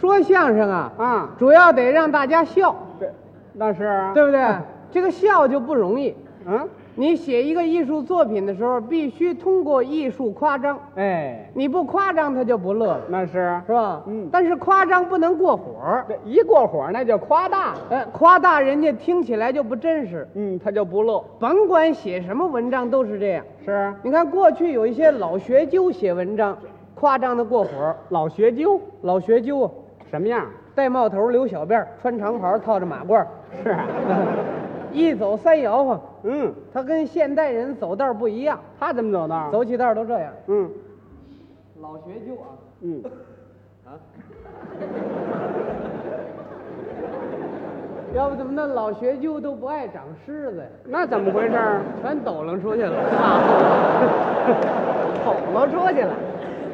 说相声啊，啊主要得让大家笑，这那是啊对不对？这个笑就不容易。嗯，你写一个艺术作品的时候，必须通过艺术夸张，哎，你不夸张他就不乐了，那是是吧？嗯但是夸张不能过火儿，这一过火那就夸大了，哎，夸大人家听起来就不真实。嗯，他就不乐，甭管写什么文章都是这样。是你看过去有一些老学究写文章，夸张的过火儿。老学究老学究啊，什么样？戴帽头，留小辫儿，穿长袍，套着马褂儿，是啊， 一走三摇晃。嗯，他跟现代人走道不一样，他怎么走道？，走起道都这样。嗯老学究啊，嗯，要不怎么那老学究都不爱长虱子呀？那怎么回事儿？全抖楞出去了，抖楞出去了。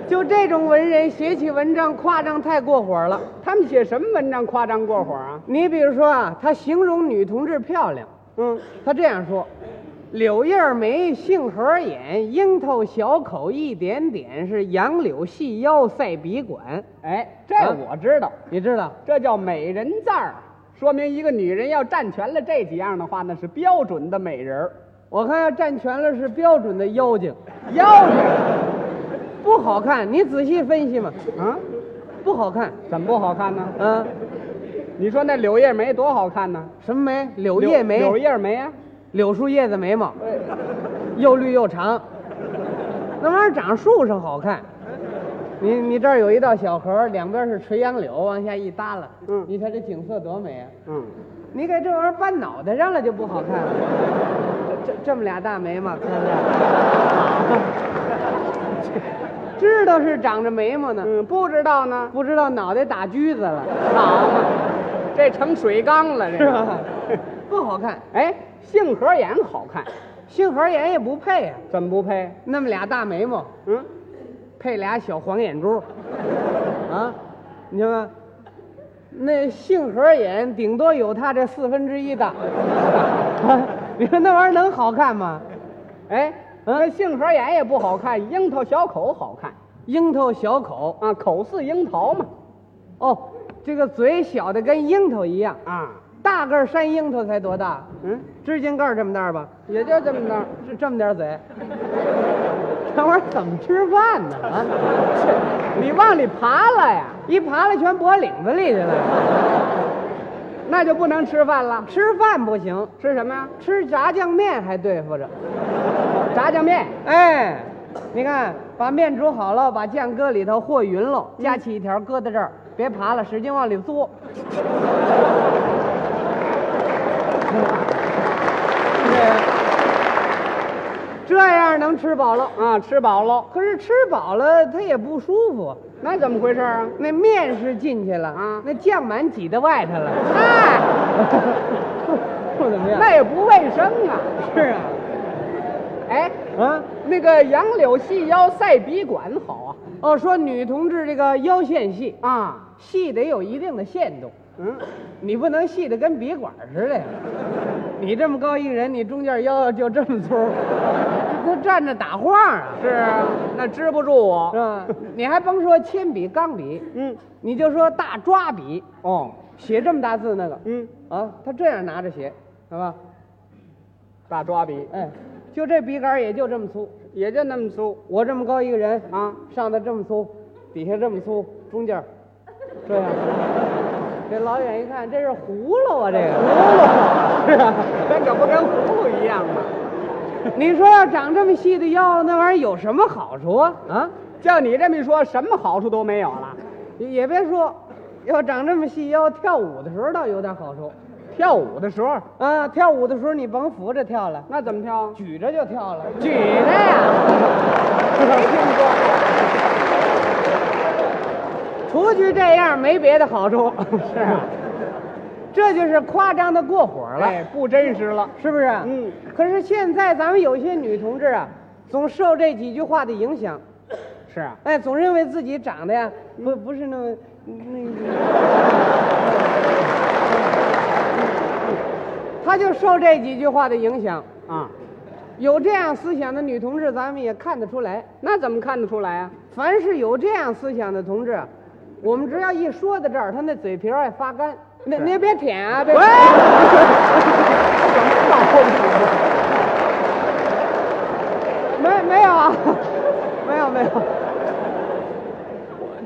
就这种文人写起文章夸张太过火了。他们写什么文章夸张过火啊？你比如说啊，他形容女同志漂亮，嗯，他这样说：柳叶眉，杏核眼，樱桃小口一点点，是杨柳细腰赛笔管。哎，这啊我知道，你知道？这叫美人字儿，说明一个女人要占全了这几样的话，那是标准的美人儿。我看要占全了是标准的妖精，要是不好看。你仔细分析嘛，啊，不好看。怎么不好看呢？嗯，你说那柳叶眉多好看呢？什么眉？柳叶眉，柳叶眉啊，柳树叶子眉毛，又绿又长，那玩意儿长树上好看。你你这儿有一道小河，两边是垂杨柳，往下一耷拉，嗯你瞧这景色多美啊！嗯，你给这玩意儿搬脑袋上了就不好看了。这这这么俩大眉毛，看见？ 知道是长着眉毛呢，嗯，不知道呢，不知道脑袋打狙子了，好嘛，这成水缸了，这是吧个。？ 不好看，哎，杏核眼好看，杏核眼也不配啊，怎么不配？那么俩大眉毛，嗯，配俩小黄眼珠，啊，你瞧看，那杏核眼顶多有他这四分之一大， 啊你说那玩意儿能好看吗？哎，那杏核眼也不好看，樱桃小口好看樱桃小口，啊，口似樱桃嘛。哦，这个嘴小的跟樱桃一样，啊，大个儿山樱桃才多大？嗯，指甲盖儿这么大吧？也就这么着。这这么点儿嘴，这玩意儿怎么吃饭呢？啊， 你往里爬了呀，一爬了全脖领子里去了。那就不能吃饭了。吃饭不行，吃什么呀？吃炸酱面还对付着。炸酱面。哎，你看，把面煮好了，把酱搁里头和匀了，嗯夹起一条搁在这儿，别爬了，使劲往里 嘬。这样能吃饱了，啊，吃饱喽。可是吃饱了它也不舒服。那怎么回事啊？那面是进去了啊那酱满挤到外头了，嗨， 不怎么那也不卫生啊。 是啊，哎，啊，那个杨柳细腰赛笔管好哦，说女同志这个腰线细，啊。啊，细得有一定的限度，嗯，你不能细得跟笔管似的呀。你这么高一人，你中间腰就这么 粗，他站着打晃啊，是啊，那支不住是我。 吧？你还甭说铅笔、钢笔，嗯，你就说大抓笔，哦，写这么大字那个嗯，啊，他这样拿着写，好吧？大抓笔哎，就这笔杆也就这么粗，也就那么粗我这么高一个人，啊。上头这么粗，底下这么粗，中间儿这 样。这老远一看，这是葫芦啊！这个，是啊，这可 不跟葫芦一样吗？ 你说要长这么细的腰，那玩意儿有什么好处啊？啊，叫你这么一说，什么好处都没有了。也也别说，要长这么细腰，跳舞的时候倒有点好处跳舞的时候，啊。跳舞的时候你甭扶着跳了，那怎么跳？举着就跳了。举着呀。 除去这样，没别的好处。 是啊， 这就是夸张的过火了。哎，不真实了。是不是？嗯。可是现在咱们有些女同志啊，总受这几句话的影响，是啊，哎，总认为自己长得呀，不不是那么那个。她就受这几句话的影响，啊，有这样思想的女同志，咱们也看得出来。那怎么看得出来啊？凡是有这样思想的同志啊，我们只要一说到这儿，他那嘴皮儿爱发干。那您别舔啊！别喂，没没有啊， 没有没有。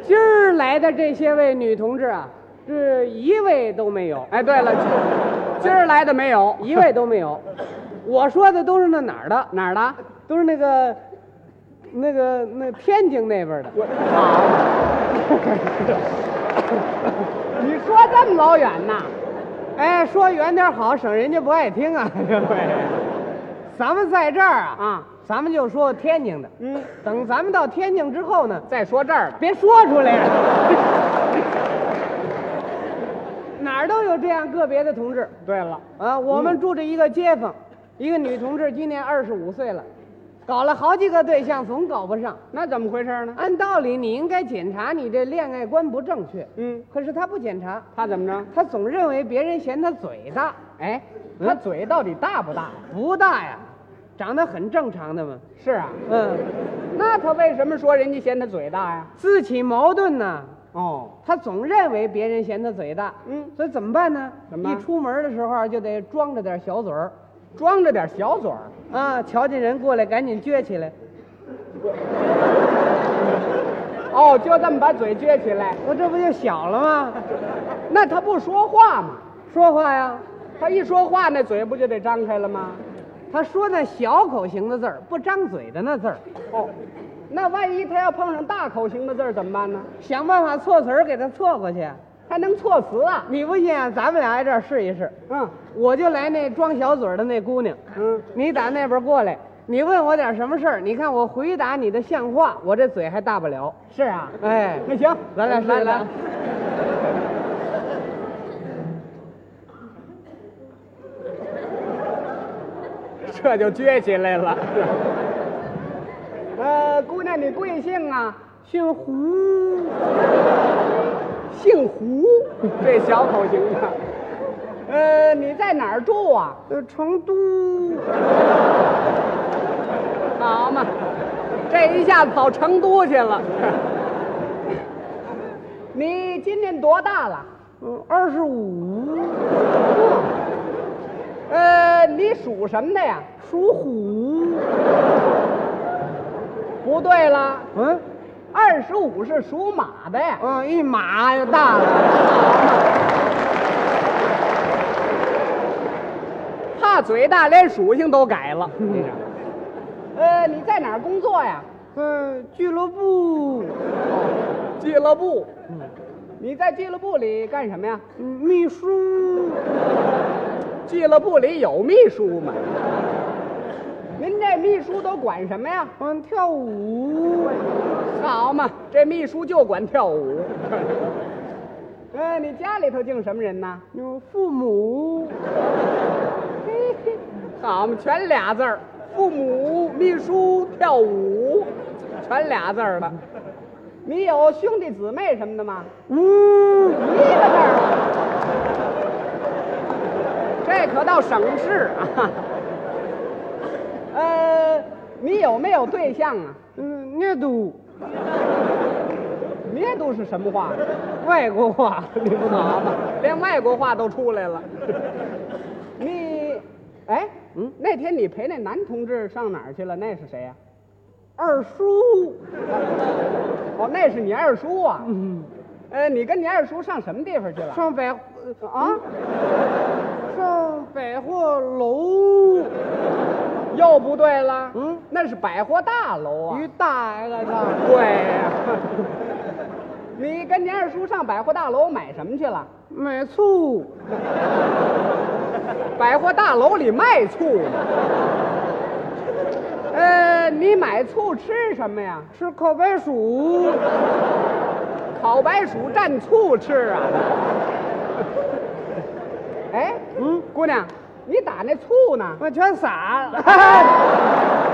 今儿来的这些位女同志啊，是一位都没有，哎，对了， 今今儿来的没有？一位都没有。我说的都是那哪儿的，哪儿的？都是那个那个那天津那边的。你说这么老远呐？哎，说远点好，省人家不爱听 啊。这回咱们在这儿啊，啊，咱们就说天津的。嗯，等咱们到天津之后呢，再说这儿了，别说出来呀。 哪儿都有这样个别的同志对了，啊。我们住着一个街坊，一个女同志，今年二十五岁了，搞了好几个对象，总搞不上。那怎么回事呢？按道理你应该检查你这恋爱观不正确，嗯，可是她不检查，他怎么着？她总认为别人嫌她嘴大，哎，他嘴到底大不大？不大呀，长得很正常的嘛。是啊，嗯，那他为什么说人家嫌他嘴大呀？自起矛盾呢，哦，她总认为别人嫌她嘴大，嗯，所以怎么办呢？怎么办一出门的时候就得装着点小嘴儿，装着点小嘴儿，啊，瞧见人过来赶紧撅起来。哦，就这么把嘴撅起来，我这不就小了吗？ 那他不说话吗？说话呀，他一说话，那嘴不就得张开了吗？他说那小口型的字儿，不张嘴的那字儿，哦，那万一他要碰上大口型的字儿怎么办呢？想办法措词儿给他错过去。还能措辞啊？你不信啊？咱们俩挨这儿试一试。嗯我就来那装小嘴儿的那姑娘，嗯，你打那边过来，你问我点什么事儿？你看我回答你的像话，我这嘴还大不了。是啊，哎，那行，咱俩试来试来， 这就撅起来了。呃，姑娘，你贵姓啊？姓 胡，姓胡，这小口型的。呃，你在哪儿住啊？呃，成都。 好嘛，这一下跑成都去了。你今年多大了？哦嗯，二十五，呃，你属什么的呀？属虎。不对了，嗯，二十五是属马的呀。啊，一马就大了。 怕嘴大，连属性都改了。呃，你在哪儿工作呀？哦嗯，俱乐部，俱乐部。你在俱乐部里干什么呀？嗯秘书，俱乐部里有秘书吗？您这秘书都管什么呀？嗯，跳舞。好嘛，这秘书就管跳舞。呃，你家里头净什么人呢？有父母，好嘛，全俩字儿，父母、秘书、跳舞，全俩字儿的。你有兄弟姊妹什么的吗？呜、一个字儿啊，这可到省市啊。 呃，你有没有对象啊？嗯，那都那都是什么话？外国话，你不啊麻烦，连外国话都出来了。 你，哎，嗯，那天你陪那男同志上哪儿去了？那是谁呀、二叔， 哦，那是你二叔啊。嗯，呃，你跟你二叔上什么地方去了？上百呃啊，上百货楼，又不对了。嗯，那是百货大楼啊。于大爷的，对 呀、你跟你二叔上百货大楼买什么去了？买醋，百货大楼里卖醋呢。呃，你买醋吃什么呀？吃烤白薯，烤白薯蘸醋吃 啊？哎，嗯，姑娘，你打那醋呢？ 我全洒了。